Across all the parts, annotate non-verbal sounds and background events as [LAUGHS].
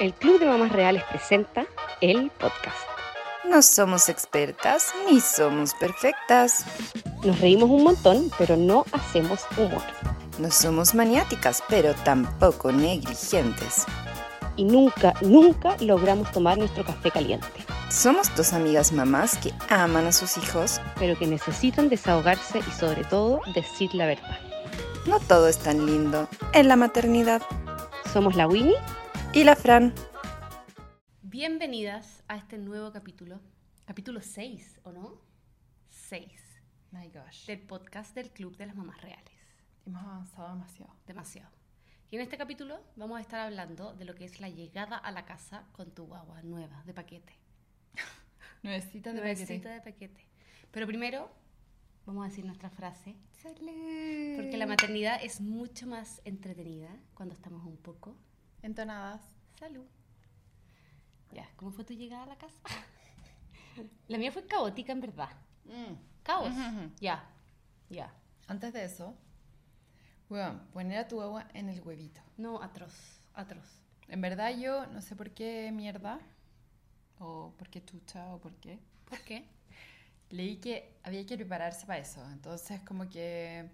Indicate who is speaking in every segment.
Speaker 1: El Club de Mamás Reales presenta el podcast.
Speaker 2: No somos expertas ni somos perfectas.
Speaker 1: Nos reímos un montón, pero no hacemos humor.
Speaker 2: No somos maniáticas, pero tampoco negligentes.
Speaker 1: Y nunca, nunca logramos tomar nuestro café caliente,
Speaker 2: Somos dos amigas mamás que aman a sus hijos.
Speaker 1: pero que necesitan desahogarse y sobre todo decir la verdad.
Speaker 2: No todo es tan lindo en la maternidad.
Speaker 1: Somos la Winnie
Speaker 2: Y la Fran.
Speaker 3: Bienvenidas a este nuevo capítulo, capítulo 6, ¿o no? 6
Speaker 4: My gosh.
Speaker 3: del podcast del Club de las Mamás Reales.
Speaker 4: Hemos avanzado demasiado.
Speaker 3: Demasiado. Y en este capítulo vamos a estar hablando de lo que es la llegada a la casa con tu guagua nueva, de paquete.
Speaker 4: Nuevecita de
Speaker 3: Nuevecita de paquete. Pero primero vamos a decir nuestra frase, porque la maternidad es mucho más entretenida cuando estamos un poco.
Speaker 4: Entonadas.
Speaker 3: Salud. Ya, ¿cómo fue tu llegada a la casa? [LAUGHS] la mía fue caótica, en verdad.
Speaker 4: Mm.
Speaker 3: Caos.
Speaker 4: Ujú, ujú.
Speaker 3: Ya, ya.
Speaker 4: Antes de eso, weón, poner a tu agua en el huevito.
Speaker 3: No, atroz, atroz.
Speaker 4: En verdad yo no sé por qué mierda, o por qué chucha, o por qué.
Speaker 3: ¿Por qué?
Speaker 4: Leí que había que prepararse para eso. Entonces como que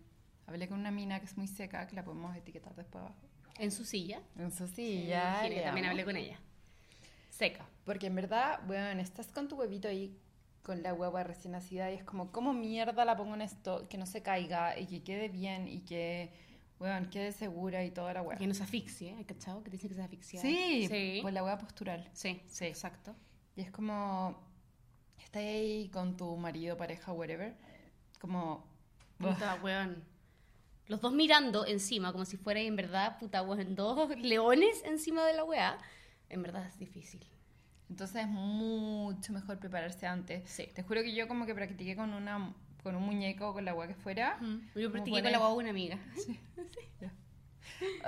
Speaker 4: hablé con una mina que es muy seca, que la podemos etiquetar después abajo.
Speaker 3: En su silla.
Speaker 4: Eso
Speaker 3: Me
Speaker 4: sí, ya.
Speaker 3: imagino,
Speaker 4: le
Speaker 3: también
Speaker 4: amo.
Speaker 3: hablé con ella. Seca.
Speaker 4: Porque en verdad, weón, estás con tu huevito ahí, con la hueva recién nacida, y es como, ¿cómo mierda la pongo en esto? Que no se caiga y que quede bien y que, weón, quede segura y toda la hueva.
Speaker 3: Que no se asfixie, ¿eh? ¿cachado? Que dicen que se asfixia.
Speaker 4: Sí,
Speaker 3: sí.
Speaker 4: pues la hueva postural.
Speaker 3: Sí, sí, exacto.
Speaker 4: Y es como, estás ahí con tu marido, pareja, whatever, como, Ah.
Speaker 3: Puta, weón. Los dos mirando encima, como si fuera en verdad, puta, weón, dos [LAUGHS] leones encima de la weá. En verdad es difícil.
Speaker 4: Entonces es mucho mejor prepararse antes.
Speaker 3: Sí.
Speaker 4: Te juro que yo como que practiqué con una, con un muñeco, con la hueva que fuera.
Speaker 3: Yo
Speaker 4: como
Speaker 3: practiqué con
Speaker 4: poner-
Speaker 3: la guagua de una amiga.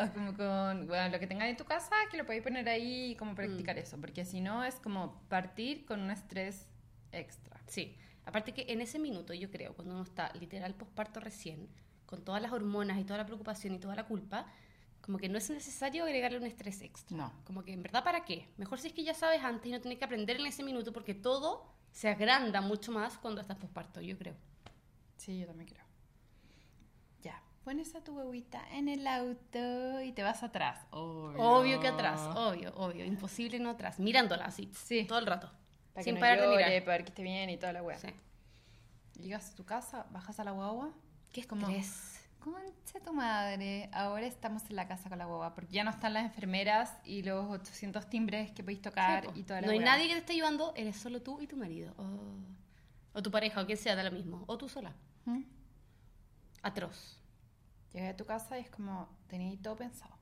Speaker 4: O como con, bueno, lo que tengan en tu casa, que lo podéis poner ahí y
Speaker 3: Mm.
Speaker 4: como practicar eso, porque si no es como partir con un estrés extra.
Speaker 3: Sí, aparte que en ese minuto yo creo, cuando uno está literal posparto recién, con todas las hormonas y toda la preocupación y toda la culpa, como que no es necesario agregarle un estrés extra.
Speaker 4: No.
Speaker 3: Como que en verdad para qué? Mejor si es que ya sabes antes y no tienes que aprender en ese minuto porque todo se agranda mucho más cuando estás posparto, yo creo.
Speaker 4: Sí, yo también creo. Ya, pones a tu huevita en el auto y te vas atrás. Obvio,
Speaker 3: Obvio que atrás, obvio, obvio, imposible no atrás, mirándola así,
Speaker 4: Sí.
Speaker 3: todo el rato,
Speaker 4: Para
Speaker 3: sin
Speaker 4: que no
Speaker 3: parar de
Speaker 4: llore,
Speaker 3: mirar.
Speaker 4: para que esté bien y toda la wea.
Speaker 3: Sí.
Speaker 4: Llegas a tu casa, bajas a la guagua.
Speaker 3: ¿Qué es
Speaker 4: como- Concha tu madre, ahora estamos en la casa con la guagua, porque ya no están las enfermeras y los 800 timbres que podéis tocar
Speaker 3: Sí, po.
Speaker 4: y toda la
Speaker 3: No hay
Speaker 4: wea.
Speaker 3: nadie que te esté ayudando, eres solo tú y tu marido. Oh. O tu pareja, o quien sea, da lo mismo. O tú sola.
Speaker 4: ¿Mm?
Speaker 3: Atroz.
Speaker 4: Llegué a tu casa y es como, tenía todo pensado.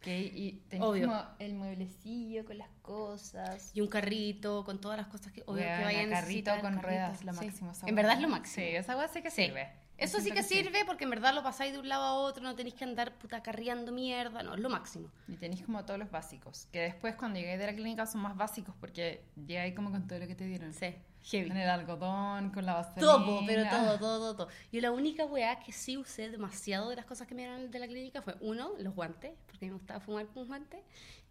Speaker 4: Que, y tenía
Speaker 3: ¿Mm? Obvio.
Speaker 4: como el mueblecillo con las cosas.
Speaker 3: Y un carrito con todas las cosas que obvio
Speaker 4: Weona,
Speaker 3: que vayan
Speaker 4: carrito con ruedas, lo máximo. esa
Speaker 3: En
Speaker 4: weá.
Speaker 3: verdad es lo máximo.
Speaker 4: Sí, esa hueá sí que
Speaker 3: Sí.
Speaker 4: sirve.
Speaker 3: Eso
Speaker 4: Yo
Speaker 3: sí
Speaker 4: siento
Speaker 3: que sirve porque en verdad lo pasáis de un lado a otro, no tenéis que andar puta carriando mierda, no, es lo máximo.
Speaker 4: Y tenéis como todos los básicos. Que después cuando llegué de la clínica son más básicos porque llegáis como con todo lo que te dieron.
Speaker 3: Sí,
Speaker 4: Con
Speaker 3: heavy.
Speaker 4: el algodón, con la vaselina.
Speaker 3: Todo,
Speaker 4: ah.
Speaker 3: pero todo, todo, todo. Yo la única weá que sí usé demasiado de las cosas que me dieron de la clínica fue, uno, los guantes, porque me gustaba fumar con guantes.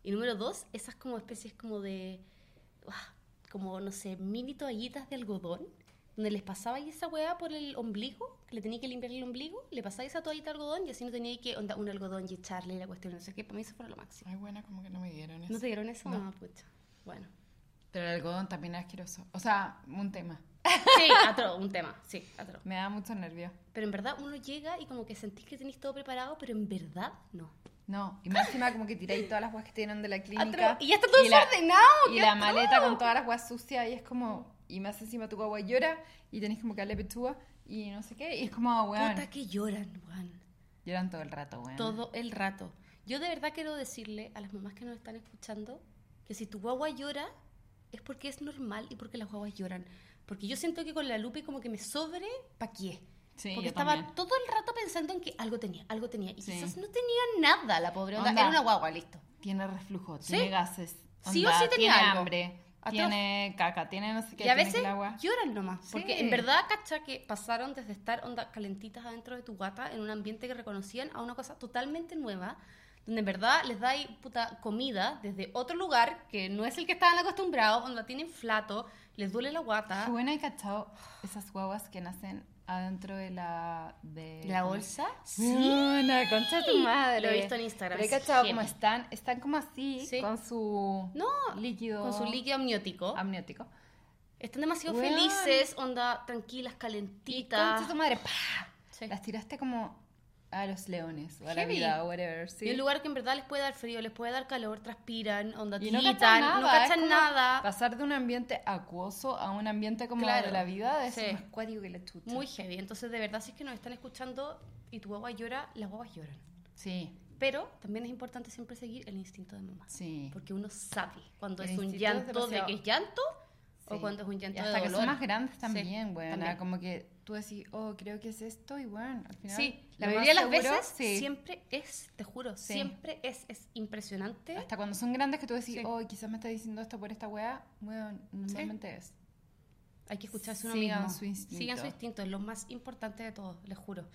Speaker 3: Y número dos, esas como especies como de, ah, como, no sé, mini toallitas de algodón, donde les pasaba ahí esa weá por el ombligo, que le tenía que limpiar el ombligo, le pasaba esa toallita de algodón y así no tenía que, onda, un algodón y echarle la cuestión, no sé qué, para mí eso fue lo máximo.
Speaker 4: Ay, buena, como que no me dieron eso.
Speaker 3: ¿No te dieron eso? No, pucha. Bueno.
Speaker 4: Pero el algodón también es asqueroso. O sea, un tema.
Speaker 3: Sí, atro, un tema, sí, atro.
Speaker 4: Me da mucho nervio.
Speaker 3: Pero en verdad uno llega y como que sentís que tenéis todo preparado, pero en verdad no.
Speaker 4: No, y más encima como que tiráis todas las guas que te dieron de la clínica.
Speaker 3: Atro- y ya está todo
Speaker 4: la-
Speaker 3: desordenado,
Speaker 4: Y
Speaker 3: qué
Speaker 4: la
Speaker 3: atro.
Speaker 4: maleta con todas las guas sucias y es como... Y más encima tu guagua llora y tenés como que darle pechuga y no sé qué. Y es como, ah, weón, Ah.
Speaker 3: Puta que lloran, Juan.
Speaker 4: lloran todo el rato, weón.
Speaker 3: Todo el rato. Yo de verdad quiero decirle a las mamás que nos están escuchando que si tu guagua llora es porque es normal y porque las guaguas lloran. Porque yo siento que con la Lupe como que me sobre pa' qué.
Speaker 4: Sí,
Speaker 3: porque
Speaker 4: yo
Speaker 3: estaba
Speaker 4: también.
Speaker 3: todo el rato pensando en que algo tenía, algo tenía. Y
Speaker 4: Sí.
Speaker 3: quizás no tenía nada la pobre onda.
Speaker 4: Onda.
Speaker 3: Era una guagua, listo.
Speaker 4: Tiene reflujo,
Speaker 3: Sí.
Speaker 4: tiene gases.
Speaker 3: Sí o sí tenía
Speaker 4: tiene
Speaker 3: algo.
Speaker 4: hambre,
Speaker 3: Atroz.
Speaker 4: tiene caca, tiene no sé qué.
Speaker 3: Y a
Speaker 4: tiene que
Speaker 3: veces
Speaker 4: el agua.
Speaker 3: lloran nomás.
Speaker 4: Sí.
Speaker 3: Porque en verdad, cacha, que pasaron desde estar onda calentitas adentro de tu guata en un ambiente que reconocían a una cosa totalmente nueva. donde en verdad les dais puta comida desde otro lugar que no es el que estaban acostumbrados, donde tienen flato, les duele la guata.
Speaker 4: Bueno, hay cachado esas guaguas que nacen adentro de la... De,
Speaker 3: ¿La bolsa?
Speaker 4: Una concha de tu madre.
Speaker 3: Lo he visto en Instagram,
Speaker 4: Pero he
Speaker 3: es
Speaker 4: cachado
Speaker 3: heavy.
Speaker 4: como están, están como así,
Speaker 3: Sí.
Speaker 4: con su
Speaker 3: No,
Speaker 4: líquido...
Speaker 3: con su líquido amniótico.
Speaker 4: amniótico.
Speaker 3: Están demasiado
Speaker 4: Weón.
Speaker 3: felices, onda, tranquilas,
Speaker 4: Y concha de
Speaker 3: calentitas.
Speaker 4: tu madre, ¡pah!
Speaker 3: Sí.
Speaker 4: Las tiraste como a los leones o a la
Speaker 3: Heavy.
Speaker 4: vida o whatever, ¿sí?
Speaker 3: Y un lugar que en verdad les puede dar frío, les puede dar calor, transpiran, onda,
Speaker 4: Y
Speaker 3: titan,
Speaker 4: no cachan nada.
Speaker 3: no
Speaker 4: es
Speaker 3: cachan
Speaker 4: como
Speaker 3: nada.
Speaker 4: Pasar de un ambiente acuoso a un ambiente como
Speaker 3: Claro.
Speaker 4: de la vida es
Speaker 3: Sí.
Speaker 4: más cuático que la chucha.
Speaker 3: Muy heavy. Entonces, de verdad, si es que nos están escuchando y tu guagua llora, las guaguas lloran.
Speaker 4: Sí,
Speaker 3: Pero también es importante siempre seguir el instinto de mamá.
Speaker 4: sí.
Speaker 3: Porque uno sabe cuando
Speaker 4: El
Speaker 3: es un
Speaker 4: instinto es
Speaker 3: llanto de
Speaker 4: demasiado-
Speaker 3: que es llanto
Speaker 4: Sí.
Speaker 3: o cuando es un
Speaker 4: Y
Speaker 3: llanto
Speaker 4: hasta
Speaker 3: de
Speaker 4: que
Speaker 3: dolor.
Speaker 4: son más grandes también,
Speaker 3: Sí,
Speaker 4: weona,
Speaker 3: también.
Speaker 4: Como que tú decís, oh, creo que es esto y bueno, al final.
Speaker 3: Sí, la
Speaker 4: lo más
Speaker 3: mayoría de las
Speaker 4: seguro,
Speaker 3: veces
Speaker 4: sí.
Speaker 3: siempre es, te juro,
Speaker 4: Sí.
Speaker 3: siempre es, es impresionante.
Speaker 4: Hasta cuando son grandes que tú decís,
Speaker 3: Sí.
Speaker 4: oh, quizás me está diciendo esto por esta weá, bueno, normalmente es.
Speaker 3: Hay que escucharse uno
Speaker 4: Sigan
Speaker 3: mismo.
Speaker 4: su instinto.
Speaker 3: Sigan su instinto, es lo más importante de todo, les juro.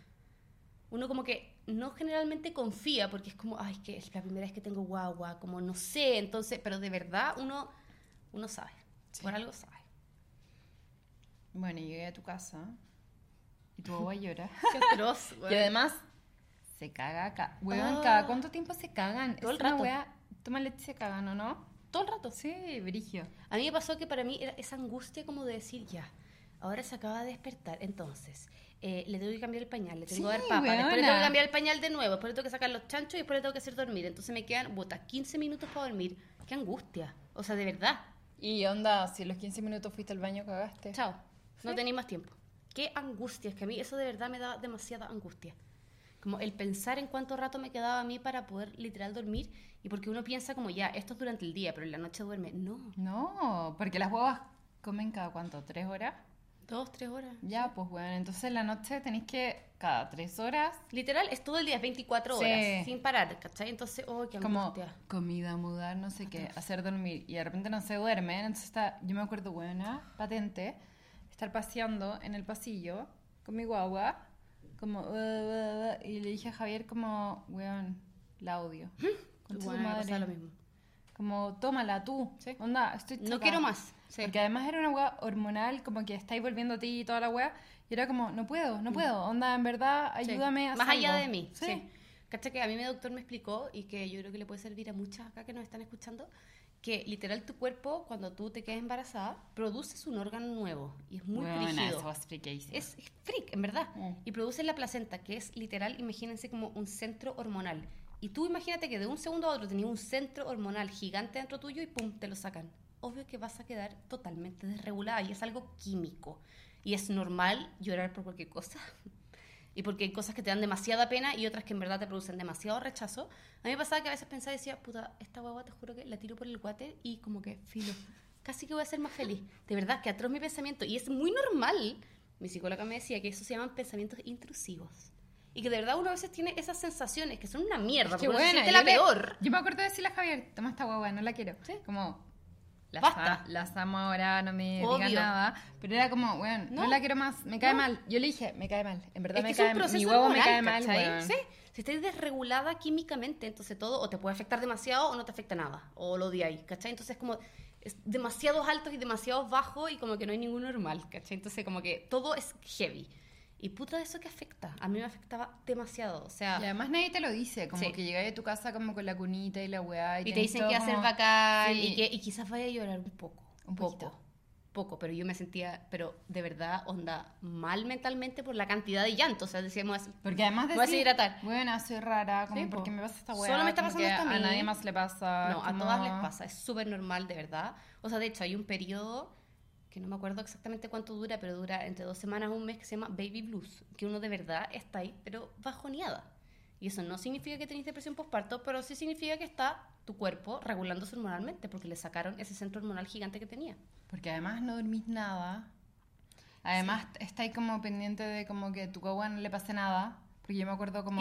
Speaker 3: Uno como que no generalmente confía porque es como, ay, es que es la primera vez que tengo guagua, como no sé, entonces, pero de verdad uno, uno sabe,
Speaker 4: Sí.
Speaker 3: por algo sabe.
Speaker 4: Bueno, y llegué a tu casa y tu boba [LAUGHS] llora.
Speaker 3: Qué atroz,
Speaker 4: Y
Speaker 3: güey.
Speaker 4: además, se caga acá. Weón,
Speaker 3: Ah.
Speaker 4: ¿cada cuánto tiempo se cagan?
Speaker 3: Todo
Speaker 4: es
Speaker 3: el
Speaker 4: una
Speaker 3: rato.
Speaker 4: weá, toma leche y se cagan, ¿o no?
Speaker 3: Todo el rato.
Speaker 4: Sí, brigio.
Speaker 3: A mí me pasó que para mí era esa angustia como de decir, ya, ahora se acaba de despertar, entonces, eh, le tengo que cambiar el pañal, le tengo que
Speaker 4: Sí,
Speaker 3: dar papa, después le
Speaker 4: weona.
Speaker 3: tengo que cambiar el pañal de nuevo, después le tengo que sacar los chanchos y después le tengo que hacer dormir. Entonces me quedan, bota, 15 minutos para dormir. Qué angustia. O sea, de verdad.
Speaker 4: Y onda, si a los 15 minutos fuiste al baño, cagaste.
Speaker 3: Chao. No tenéis más tiempo. Qué angustia, es que a mí eso de verdad me da demasiada angustia. Como el pensar en cuánto rato me quedaba a mí para poder literal dormir y porque uno piensa como ya, esto es durante el día, pero en la noche duerme. No,
Speaker 4: No, porque las huevas comen cada cuánto, tres horas.
Speaker 3: dos, tres horas.
Speaker 4: Ya, pues bueno, entonces en la noche tenéis que cada tres horas,
Speaker 3: Literal, es todo el día, es 24
Speaker 4: Sí.
Speaker 3: horas, sin parar, ¿cachai? Entonces, oh, qué
Speaker 4: como
Speaker 3: angustia.
Speaker 4: comida, mudar, no sé qué, hacer dormir y de repente no se duermen. Entonces está, yo me acuerdo, buena, patente, estar paseando en el pasillo con mi guagua, como, "Uh, uh, uh", y le dije a Javier como, weón, la
Speaker 3: [LAUGHS]
Speaker 4: odio. Concha su
Speaker 3: Igual me pasa
Speaker 4: madre.
Speaker 3: lo mismo.
Speaker 4: Como, tómala tú.
Speaker 3: Sí.
Speaker 4: Onda, estoy
Speaker 3: No
Speaker 4: chata".
Speaker 3: quiero más. Sí.
Speaker 4: Porque además era una weá hormonal, como que estáis volviendo a ti y toda la weá. Y era como, no puedo, no puedo. Onda, en verdad,
Speaker 3: Mm. Sí.
Speaker 4: ayúdame a
Speaker 3: Más allá
Speaker 4: algo.
Speaker 3: de mí. Sí.
Speaker 4: Sí.
Speaker 3: Cacha que a mí mi doctor me explicó y que yo creo que le puede servir a muchas acá que nos están escuchando, que literal tu cuerpo, cuando tú te quedas embarazada, produces un órgano nuevo y es muy
Speaker 4: Weona,
Speaker 3: rígido.
Speaker 4: esa weá es friqueísima.
Speaker 3: Es es freak, en verdad.
Speaker 4: Mm.
Speaker 3: Y produce la placenta, que es literal, imagínense como un centro hormonal. Y tú imagínate que de un segundo a otro tenías un centro hormonal gigante dentro tuyo y pum, te lo sacan. Obvio que vas a quedar totalmente desregulada y es algo químico. Y es normal llorar por cualquier cosa. Y porque hay cosas que te dan demasiada pena y otras que en verdad te producen demasiado rechazo. A mí me pasaba que a veces pensaba y decía, puta, esta guagua te juro que la tiro por el guate y como que filo. Casi que voy a ser más feliz. De verdad, que atroz mi pensamiento. Y es muy normal. Mi psicóloga me decía que eso se llaman pensamientos intrusivos. Y que de verdad uno a veces tiene esas sensaciones que son una mierda.
Speaker 4: Qué
Speaker 3: porque uno se
Speaker 4: buena,
Speaker 3: siente
Speaker 4: yo
Speaker 3: la
Speaker 4: le-
Speaker 3: peor.
Speaker 4: Yo me acuerdo de decirle a Javier, toma esta guagua, no la quiero.
Speaker 3: Sí.
Speaker 4: Como, las,
Speaker 3: Basta.
Speaker 4: a- las amo ahora, no me
Speaker 3: Obvio.
Speaker 4: digan nada. Pero era como, weón, no,
Speaker 3: No.
Speaker 4: la quiero más, me cae
Speaker 3: No.
Speaker 4: mal. Yo le dije, me cae mal. En verdad
Speaker 3: Es que
Speaker 4: me
Speaker 3: es un
Speaker 4: cae mal.
Speaker 3: proceso
Speaker 4: Mi huevo me
Speaker 3: hormonal,
Speaker 4: cae mal,
Speaker 3: ¿cachai?
Speaker 4: weón.
Speaker 3: Sí. Si estás desregulada químicamente, entonces todo o te puede afectar demasiado o no te afecta nada. O lo odiáis, ¿cachai? Entonces como es demasiados altos y demasiados bajos y como que no hay ninguno normal, ¿cachai? Entonces como que todo es heavy. Y puta eso que afecta. A mí me afectaba demasiado. O sea,
Speaker 4: Y además nadie te lo dice, como
Speaker 3: Sí.
Speaker 4: que llegáis a tu casa como con la cunita y la weá.
Speaker 3: y te
Speaker 4: tenés
Speaker 3: dicen
Speaker 4: todo
Speaker 3: que hacer
Speaker 4: como-
Speaker 3: bacán
Speaker 4: Sí.
Speaker 3: y, que, y quizás vaya a llorar un poco.
Speaker 4: Un poquito.
Speaker 3: poco. Poco, pero yo me sentía, pero de verdad, onda, mal mentalmente por la cantidad de llanto. O sea, decíamos,
Speaker 4: Porque además de
Speaker 3: Me voy a deshidratar.
Speaker 4: bueno, soy rara, como
Speaker 3: Sí, po.
Speaker 4: porque me pasa esta weá.
Speaker 3: Solo me está
Speaker 4: como
Speaker 3: pasando
Speaker 4: que
Speaker 3: esto a mí.
Speaker 4: nadie más le pasa.
Speaker 3: No, a
Speaker 4: como-
Speaker 3: todas les pasa, es súper normal, de verdad. O sea, de hecho, hay un periodo que no me acuerdo exactamente cuánto dura, pero dura entre dos semanas a un mes que se llama baby blues, que uno de verdad está ahí, pero bajoneada. Y eso no significa que tenéis depresión postparto, pero sí significa que está tu cuerpo regulándose hormonalmente, porque le sacaron ese centro hormonal gigante que tenía.
Speaker 4: Porque además no dormís nada. Además estáis como pendiente de como que tu guagua no le pase nada. Porque yo me acuerdo como.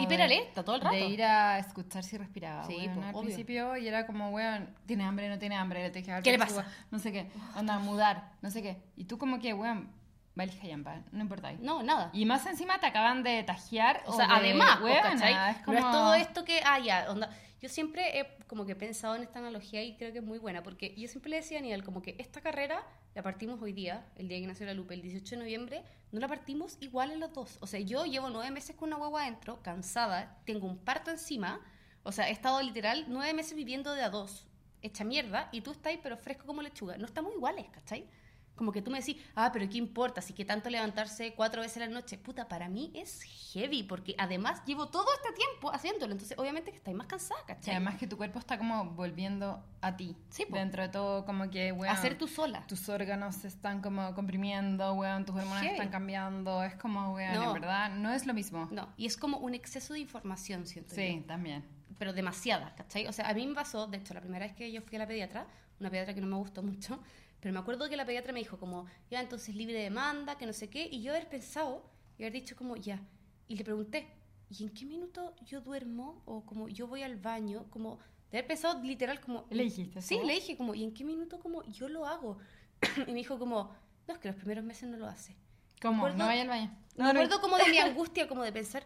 Speaker 4: peraleta
Speaker 3: Hiperalerta todo el rato.
Speaker 4: De ir a escuchar si respiraba.
Speaker 3: Sí,
Speaker 4: weón,
Speaker 3: po,
Speaker 4: al
Speaker 3: obvio.
Speaker 4: principio y era como, weón, tiene hambre, no tiene hambre. Le tenés que dar
Speaker 3: ¿Qué le
Speaker 4: pechuga,
Speaker 3: pasa?
Speaker 4: No sé qué. Anda, mudar, no sé qué. Y tú como que, weón, valija yampa, no importa.
Speaker 3: No, nada.
Speaker 4: Y más encima te acaban de tajear.
Speaker 3: O sea,
Speaker 4: de-
Speaker 3: además, pues,
Speaker 4: weona,
Speaker 3: ¿cachai?
Speaker 4: es como-
Speaker 3: No es todo esto que, ah, ya, onda, Yo siempre he como que pensado en esta analogía y creo que es muy buena, porque yo siempre le decía a Aníbal como que esta carrera la partimos hoy día, el día que nació la Lupe, el 18 de noviembre, no la partimos igual en los dos. O sea, yo llevo nueve meses con una guagua adentro, cansada, tengo un parto encima, o sea, he estado literal nueve meses viviendo de a dos, hecha mierda, y tú estás ahí pero fresco como lechuga. No estamos iguales, ¿cachai? Como que tú me decís, ah, pero ¿qué importa? Así que tanto levantarse cuatro veces a la noche. Puta, para mí es heavy, porque además llevo todo este tiempo haciéndolo. Entonces, obviamente que estáis más cansada,
Speaker 4: Y
Speaker 3: ¿cachai?
Speaker 4: además que tu cuerpo está como volviendo a ti.
Speaker 3: Sí, po.
Speaker 4: Dentro de todo, como que, weón.
Speaker 3: Hacer tú sola.
Speaker 4: Tus órganos se están como comprimiendo, weón. Tus hormonas
Speaker 3: Heavy.
Speaker 4: están cambiando. Es como, weón,
Speaker 3: No.
Speaker 4: en verdad, no es lo mismo.
Speaker 3: No, y es como un exceso de información, siento
Speaker 4: Sí, también.
Speaker 3: yo. Pero demasiada, ¿cachai? O sea, a mí me pasó, de hecho, la primera vez que yo fui a la pediatra, una pediatra que no me gustó mucho, pero me acuerdo que la pediatra me dijo como, ya, entonces libre demanda, que no sé qué, y yo haber pensado, y haber dicho como, ya, y le pregunté, ¿y en qué minuto yo duermo? O como, yo voy al baño, como, de haber pensado literal como...
Speaker 4: ¿Le dijiste
Speaker 3: Sí,
Speaker 4: eso?
Speaker 3: le dije como, ¿y en qué minuto como yo lo hago? [CLEARS THROAT] y me dijo como, no, es que los primeros meses no lo hace.
Speaker 4: ¿Cómo?
Speaker 3: Recuerdo-
Speaker 4: No vaya al baño.
Speaker 3: Me acuerdo como de mi angustia, como de pensar,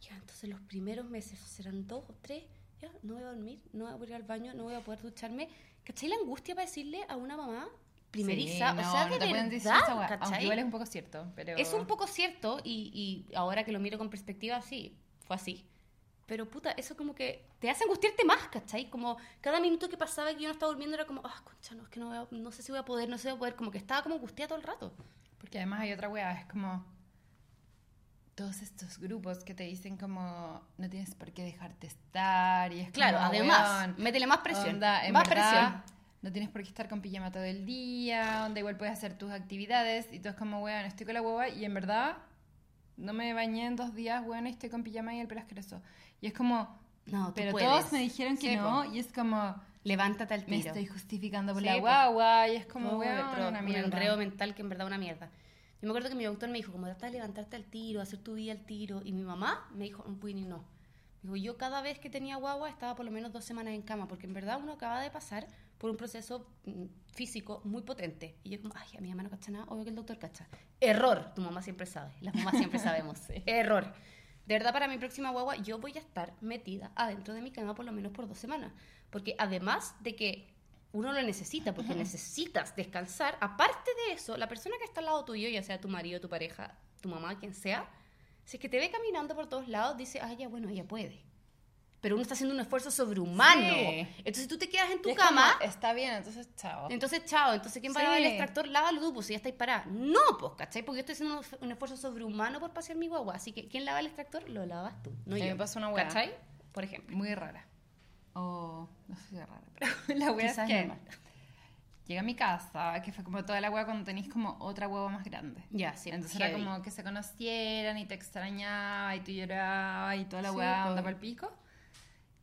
Speaker 3: ya, entonces los primeros meses serán dos o tres, ya, no voy a dormir, no voy a ir al baño, no voy a poder ducharme. ¿Cachai la angustia para decirle a una mamá primeriza?
Speaker 4: Sí, no,
Speaker 3: o sea,
Speaker 4: no
Speaker 3: de
Speaker 4: te pueden decir
Speaker 3: verdad,
Speaker 4: esa weá, Aunque
Speaker 3: ¿cachai?
Speaker 4: igual es un poco cierto, pero...
Speaker 3: Es un poco cierto, y, y ahora que lo miro con perspectiva, sí, fue así. Pero puta, eso como que te hace angustiarte más, ¿cachai? Como cada minuto que pasaba que yo no estaba durmiendo era como, ah, concha, no, es que no, voy a- no sé si voy a poder, no sé si voy a poder, como que estaba como angustiada todo el rato.
Speaker 4: Porque además hay otra weá, es como... Todos estos grupos que te dicen como... No tienes por qué dejarte estar, y es
Speaker 3: Claro,
Speaker 4: como,
Speaker 3: además,
Speaker 4: weón,
Speaker 3: métele más presión,
Speaker 4: onda, en
Speaker 3: más
Speaker 4: verdad,
Speaker 3: presión.
Speaker 4: No tienes por qué estar con pijama todo el día, onda igual puedes hacer tus actividades, y tú es como, weón, estoy con la hueva, y en verdad... No me bañé en dos días, weón, y estoy con pijama y el pelo asqueroso. Y es como...
Speaker 3: No, tú
Speaker 4: pero
Speaker 3: puedes.
Speaker 4: todos me dijeron que
Speaker 3: Sí,
Speaker 4: no,
Speaker 3: po.
Speaker 4: y es como...
Speaker 3: Levántate al
Speaker 4: Me
Speaker 3: tiro.
Speaker 4: estoy justificando por
Speaker 3: Sí,
Speaker 4: la
Speaker 3: po.
Speaker 4: guagua y es como,
Speaker 3: Todo
Speaker 4: weón,
Speaker 3: otro-
Speaker 4: una
Speaker 3: un
Speaker 4: mierda.
Speaker 3: enredo mental que en verdad una mierda. Yo me acuerdo que mi doctor me dijo, como trata de levantarte al tiro, hacer tu vida al tiro. Y mi mamá me dijo, Winnie, no. Me dijo, yo cada vez que tenía guagua estaba por lo menos dos semanas en cama, porque en verdad uno acaba de pasar por un proceso mm, físico muy potente. Y yo como, ay, a mi mamá no cacha nada, obvio que el doctor cacha. Error, tu mamá siempre sabe, las mamás [LAUGHS] siempre sabemos. Error. De verdad, para mi próxima guagua, yo voy a estar metida adentro de mi cama por lo menos por dos semanas. Porque además de que uno lo necesita, porque necesitas descansar, aparte de eso, la persona que está al lado tuyo, ya sea tu marido, tu pareja, tu mamá, quien sea, si es que te ve caminando por todos lados, dice, ah, ya, bueno, ella puede. Pero uno está haciendo un esfuerzo sobrehumano.
Speaker 4: Sí.
Speaker 3: Entonces tú te quedas en
Speaker 4: Y
Speaker 3: tu
Speaker 4: es
Speaker 3: cama.
Speaker 4: como, está bien, entonces chao.
Speaker 3: Entonces, chao, entonces ¿quién va a lavar el
Speaker 4: Ah. Sí.
Speaker 3: extractor? Lávalo tú, pues si ya estáis parada. No, pues, ¿cachai? Porque yo estoy haciendo un, esf- un esfuerzo sobrehumano por pasear mi guagua. Así que, ¿quién lava el extractor? Lo lavas tú. No
Speaker 4: A mí
Speaker 3: yo.
Speaker 4: me pasó una weá.
Speaker 3: ¿Cachai? Por ejemplo.
Speaker 4: Muy rara. O, no sé si es rara, pero [LAUGHS] la weá es
Speaker 3: Quizás
Speaker 4: que...
Speaker 3: normal.
Speaker 4: Llegué a mi casa, que fue como toda la weá cuando tenés como otra huevo más grande.
Speaker 3: Ya, sí.
Speaker 4: Entonces era
Speaker 3: heavy.
Speaker 4: como que se conocieran y te extrañaba y tú llorabas y toda la
Speaker 3: Sí,
Speaker 4: weá
Speaker 3: po.
Speaker 4: onda pa'l pico.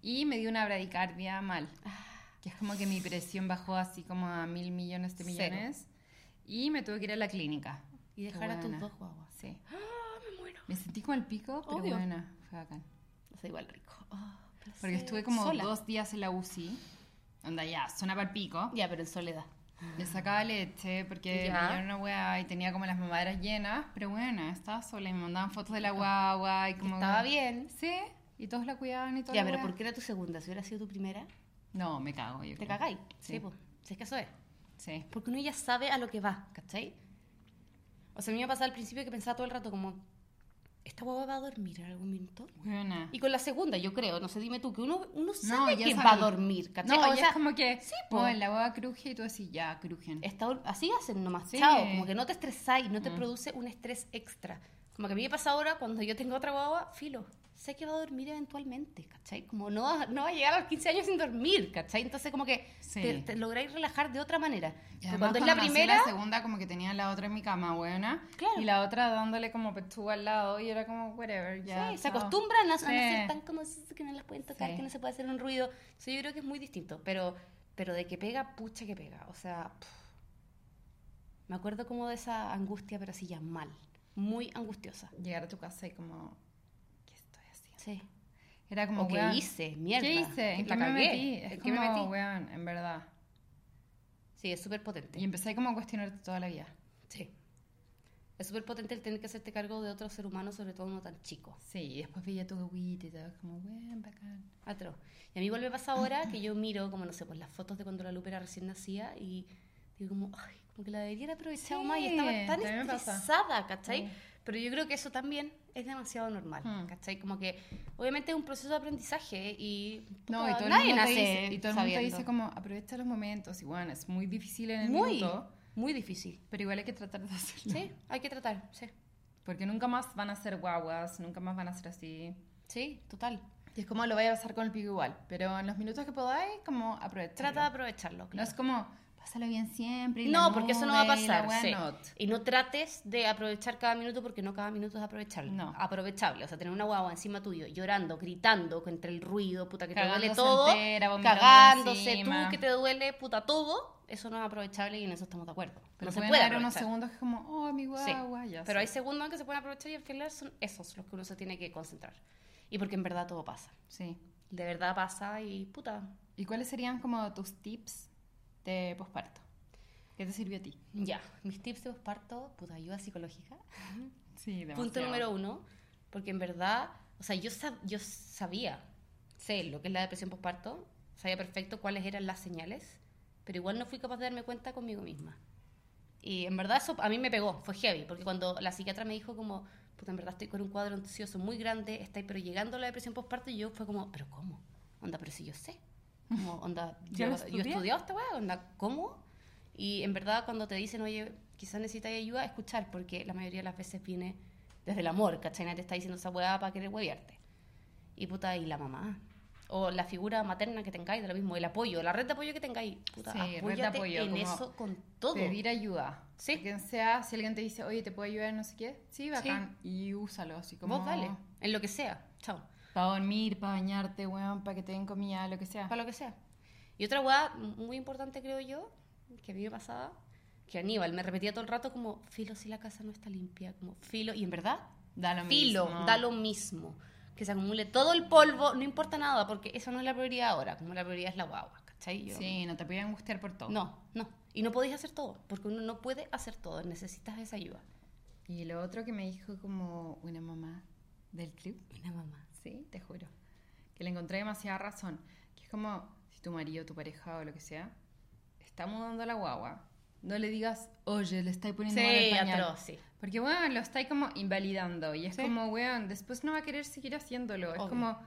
Speaker 4: Y me dio una bradicardia mal.
Speaker 3: Ah.
Speaker 4: Que es como que mi presión bajó así como a mil millones de
Speaker 3: Cero.
Speaker 4: millones. Y me tuve que ir a la clínica.
Speaker 3: Y dejar a tus
Speaker 4: Weona.
Speaker 3: dos guaguas.
Speaker 4: Sí.
Speaker 3: Me muero.
Speaker 4: Me sentí como el pico, pero
Speaker 3: Obvio.
Speaker 4: bueno, fue bacán.
Speaker 3: O sea, igual rico. Oh,
Speaker 4: Porque
Speaker 3: placer.
Speaker 4: estuve como
Speaker 3: Sola.
Speaker 4: dos días en la UCI. Onda, ya, zona para el pico.
Speaker 3: Ya, pero en soledad.
Speaker 4: Me sacaba leche porque
Speaker 3: Ya.
Speaker 4: me dieron una weá y tenía como las mamaderas llenas. Pero bueno, estaba sola y me mandaban fotos de la guagua y como...
Speaker 3: Estaba bien.
Speaker 4: Sí, y todos la cuidaban y todo.
Speaker 3: Ya, pero ¿por qué era tu segunda? Si hubiera sido tu primera,
Speaker 4: No, me cago yo.
Speaker 3: te
Speaker 4: creo.
Speaker 3: cagáis. Sí,
Speaker 4: Sí.
Speaker 3: pues. Si es que eso es.
Speaker 4: Sí.
Speaker 3: Porque uno ya sabe a lo que va, ¿cachai? O sea, a mí me pasaba al principio que pensaba todo el rato como, ¿esta guagua va a dormir en algún minuto?
Speaker 4: Buena.
Speaker 3: Y con la segunda, yo creo, no sé, dime tú, que uno, uno
Speaker 4: No,
Speaker 3: sabe
Speaker 4: ya
Speaker 3: que va
Speaker 4: sabí.
Speaker 3: a dormir, ¿cachai?
Speaker 4: No,
Speaker 3: o
Speaker 4: y
Speaker 3: sea,
Speaker 4: es como que...
Speaker 3: sí, po.
Speaker 4: po. la hueá cruje y tú así, ya, crujen.
Speaker 3: está dur- así hacen nomás,
Speaker 4: Sí. Mm.
Speaker 3: chao, como que no te estresáis, no te produce un estrés extra. Como que a mí me pasa ahora cuando yo tengo otra guagua, filo, sé que va a dormir eventualmente, ¿cachai? Como no, va- no va a llegar a los 15 años sin dormir, ¿cachai? Entonces como que
Speaker 4: Sí.
Speaker 3: te, te lográis relajar de otra manera.
Speaker 4: Y
Speaker 3: Pero
Speaker 4: además
Speaker 3: cuando es la
Speaker 4: nació
Speaker 3: primera...
Speaker 4: La segunda, como que tenía la otra en mi cama, buena.
Speaker 3: Claro.
Speaker 4: Y la otra dándole como pechuga al lado y era como, whatever, ya.
Speaker 3: Sí, se
Speaker 4: chao.
Speaker 3: acostumbran a, a
Speaker 4: Sí.
Speaker 3: no ser tan como s- que no las pueden tocar,
Speaker 4: Sí.
Speaker 3: que no se puede hacer un ruido. O sea, yo creo que es muy distinto, pero, pero de que pega, pucha que pega. O sea, puf. me acuerdo como de esa angustia, pero así ya mal, muy angustiosa.
Speaker 4: Llegar a tu casa y como, ¿qué estoy haciendo?
Speaker 3: Sí.
Speaker 4: Era como,
Speaker 3: O que
Speaker 4: weón,
Speaker 3: hice,
Speaker 4: Mm,
Speaker 3: mierda.
Speaker 4: ¿Qué hice? ¿En
Speaker 3: La
Speaker 4: qué me
Speaker 3: cagué.
Speaker 4: metí? Es
Speaker 3: ¿En
Speaker 4: como,
Speaker 3: qué me metí?
Speaker 4: weón, en verdad.
Speaker 3: Sí, es súper potente.
Speaker 4: Y empecé como a cuestionarte toda la vida.
Speaker 3: Sí. Es súper potente el tener que hacerte cargo de otro ser humano, sobre todo uno tan chico.
Speaker 4: Sí, y después veía tu agüita y todo, como, weón, bacán.
Speaker 3: Atroz. Y a mí igual me pasa ahora que yo miro, como no sé, pues las fotos de cuando la Lupe era recién nacida y digo como, ay, como que la debería haber aprovechado
Speaker 4: Sí,
Speaker 3: más y estaba tan
Speaker 4: también me pasa.
Speaker 3: estresada, ¿cachai?
Speaker 4: Sí.
Speaker 3: Pero yo creo que eso también es demasiado normal,
Speaker 4: Mm.
Speaker 3: ¿cachai? Como que obviamente es un proceso de aprendizaje y
Speaker 4: No,
Speaker 3: puta,
Speaker 4: y todo el
Speaker 3: nadie
Speaker 4: mundo te
Speaker 3: nace
Speaker 4: dice, y todo el mundo te
Speaker 3: sabiendo.
Speaker 4: dice como, aprovecha los momentos, y bueno, es muy difícil en el
Speaker 3: muy,
Speaker 4: minuto,
Speaker 3: muy difícil.
Speaker 4: pero igual hay que tratar de hacerlo.
Speaker 3: Sí, hay que tratar, sí.
Speaker 4: Porque nunca más van a ser guaguas, nunca más van a ser así.
Speaker 3: Sí, total.
Speaker 4: Y es como lo vaya a pasar con el pico igual, pero en los minutos que podáis, como aprovecha.
Speaker 3: Trata de aprovecharlo.
Speaker 4: No
Speaker 3: claro.
Speaker 4: es como, pásalo bien siempre. y la
Speaker 3: No, porque eso no va a
Speaker 4: nube y la
Speaker 3: pasar.
Speaker 4: wea
Speaker 3: sí.
Speaker 4: not".
Speaker 3: Y no trates de aprovechar cada minuto porque no cada minuto es aprovechable.
Speaker 4: No.
Speaker 3: Aprovechable. O sea, tener una guagua encima tuyo, llorando, gritando, que entre el ruido, puta, que
Speaker 4: Cagándose
Speaker 3: te duele todo,
Speaker 4: entera, vomitando
Speaker 3: cagándose, tú
Speaker 4: encima.
Speaker 3: que te duele, puta, todo, eso no es aprovechable y en eso estamos de acuerdo.
Speaker 4: Pero
Speaker 3: no se
Speaker 4: pueden
Speaker 3: puede
Speaker 4: haber unos
Speaker 3: aprovechar.
Speaker 4: segundos que es como, oh, mi
Speaker 3: Sí.
Speaker 4: guagua, ya
Speaker 3: Pero
Speaker 4: sé.
Speaker 3: hay segundos en que se pueden aprovechar y al final son esos los que uno se tiene que concentrar. Y porque en verdad todo pasa.
Speaker 4: Sí.
Speaker 3: De verdad pasa y puta,
Speaker 4: ¿Y cuáles serían como tus tips de posparto? ¿Qué te sirvió a ti?
Speaker 3: ya. Mis tips de posparto, puta, ayuda psicológica.
Speaker 4: Sí,
Speaker 3: Punto número uno, porque en verdad, o sea, yo, sab- yo sabía, sé lo que es la depresión postparto, sabía perfecto cuáles eran las señales, pero igual no fui capaz de darme cuenta conmigo misma. Y en verdad eso a mí me pegó, fue heavy, porque cuando la psiquiatra me dijo como, puta, en verdad estoy con un cuadro ansioso muy grande, está pero llegando la depresión postparto, y yo fue como, ¿pero cómo? Onda, pero si yo sé.
Speaker 4: [LAUGHS]
Speaker 3: Como, onda,
Speaker 4: Ya
Speaker 3: yo,
Speaker 4: lo
Speaker 3: yo he
Speaker 4: estudié.
Speaker 3: estudiado esta weá, onda, ¿cómo? Y en verdad cuando te dicen, oye, quizás necesitas ayuda, escuchar, porque la mayoría de las veces viene desde el amor, ¿cachai? Nadie te está diciendo esa weá para querer hueviarte. Y puta, y la mamá. O la figura materna que tengáis, de lo mismo, el apoyo, la red de apoyo que tengáis. Puta,
Speaker 4: Sí, red de
Speaker 3: apóyate
Speaker 4: apoyo,
Speaker 3: en
Speaker 4: como
Speaker 3: eso con todo.
Speaker 4: Pedir ayuda.
Speaker 3: Sí.
Speaker 4: De Quien sea, si alguien te dice, oye, ¿te puedo ayudar? en No sé qué. Sí, bacán. Y úsalo, así como...
Speaker 3: Vos dale, en lo que sea. Chao.
Speaker 4: Para dormir, para bañarte, weón, para que te den comida, lo que sea.
Speaker 3: Para lo que sea. Y otra weá muy importante, creo yo, que a mí me pasaba, que Aníbal me repetía todo el rato como, filo, si la casa no está limpia, como, filo, y en verdad,
Speaker 4: Da lo
Speaker 3: filo,
Speaker 4: mismo.
Speaker 3: da lo mismo. Que se acumule todo el polvo, no importa nada, porque eso no es la prioridad ahora, como la prioridad es la guagua, ¿cachai? Yo-
Speaker 4: Sí, no te voy a angustiar por todo.
Speaker 3: No, no. Y no podéis hacer todo, porque uno no puede hacer todo, necesitas esa ayuda.
Speaker 4: Y lo otro que me dijo como una mamá del club,
Speaker 3: Una mamá.
Speaker 4: sí, te juro, que le encontré demasiada razón. Que es como, si tu marido, tu pareja o lo que sea, está mudando la guagua, no le digas, oye, le estáis poniendo mal el
Speaker 3: Sí,
Speaker 4: pañal.
Speaker 3: atroz, sí.
Speaker 4: Porque, weón, lo estáis como invalidando. Y es
Speaker 3: Sí.
Speaker 4: como, weón, después no va a querer seguir haciéndolo. Es
Speaker 3: Obvio.
Speaker 4: como,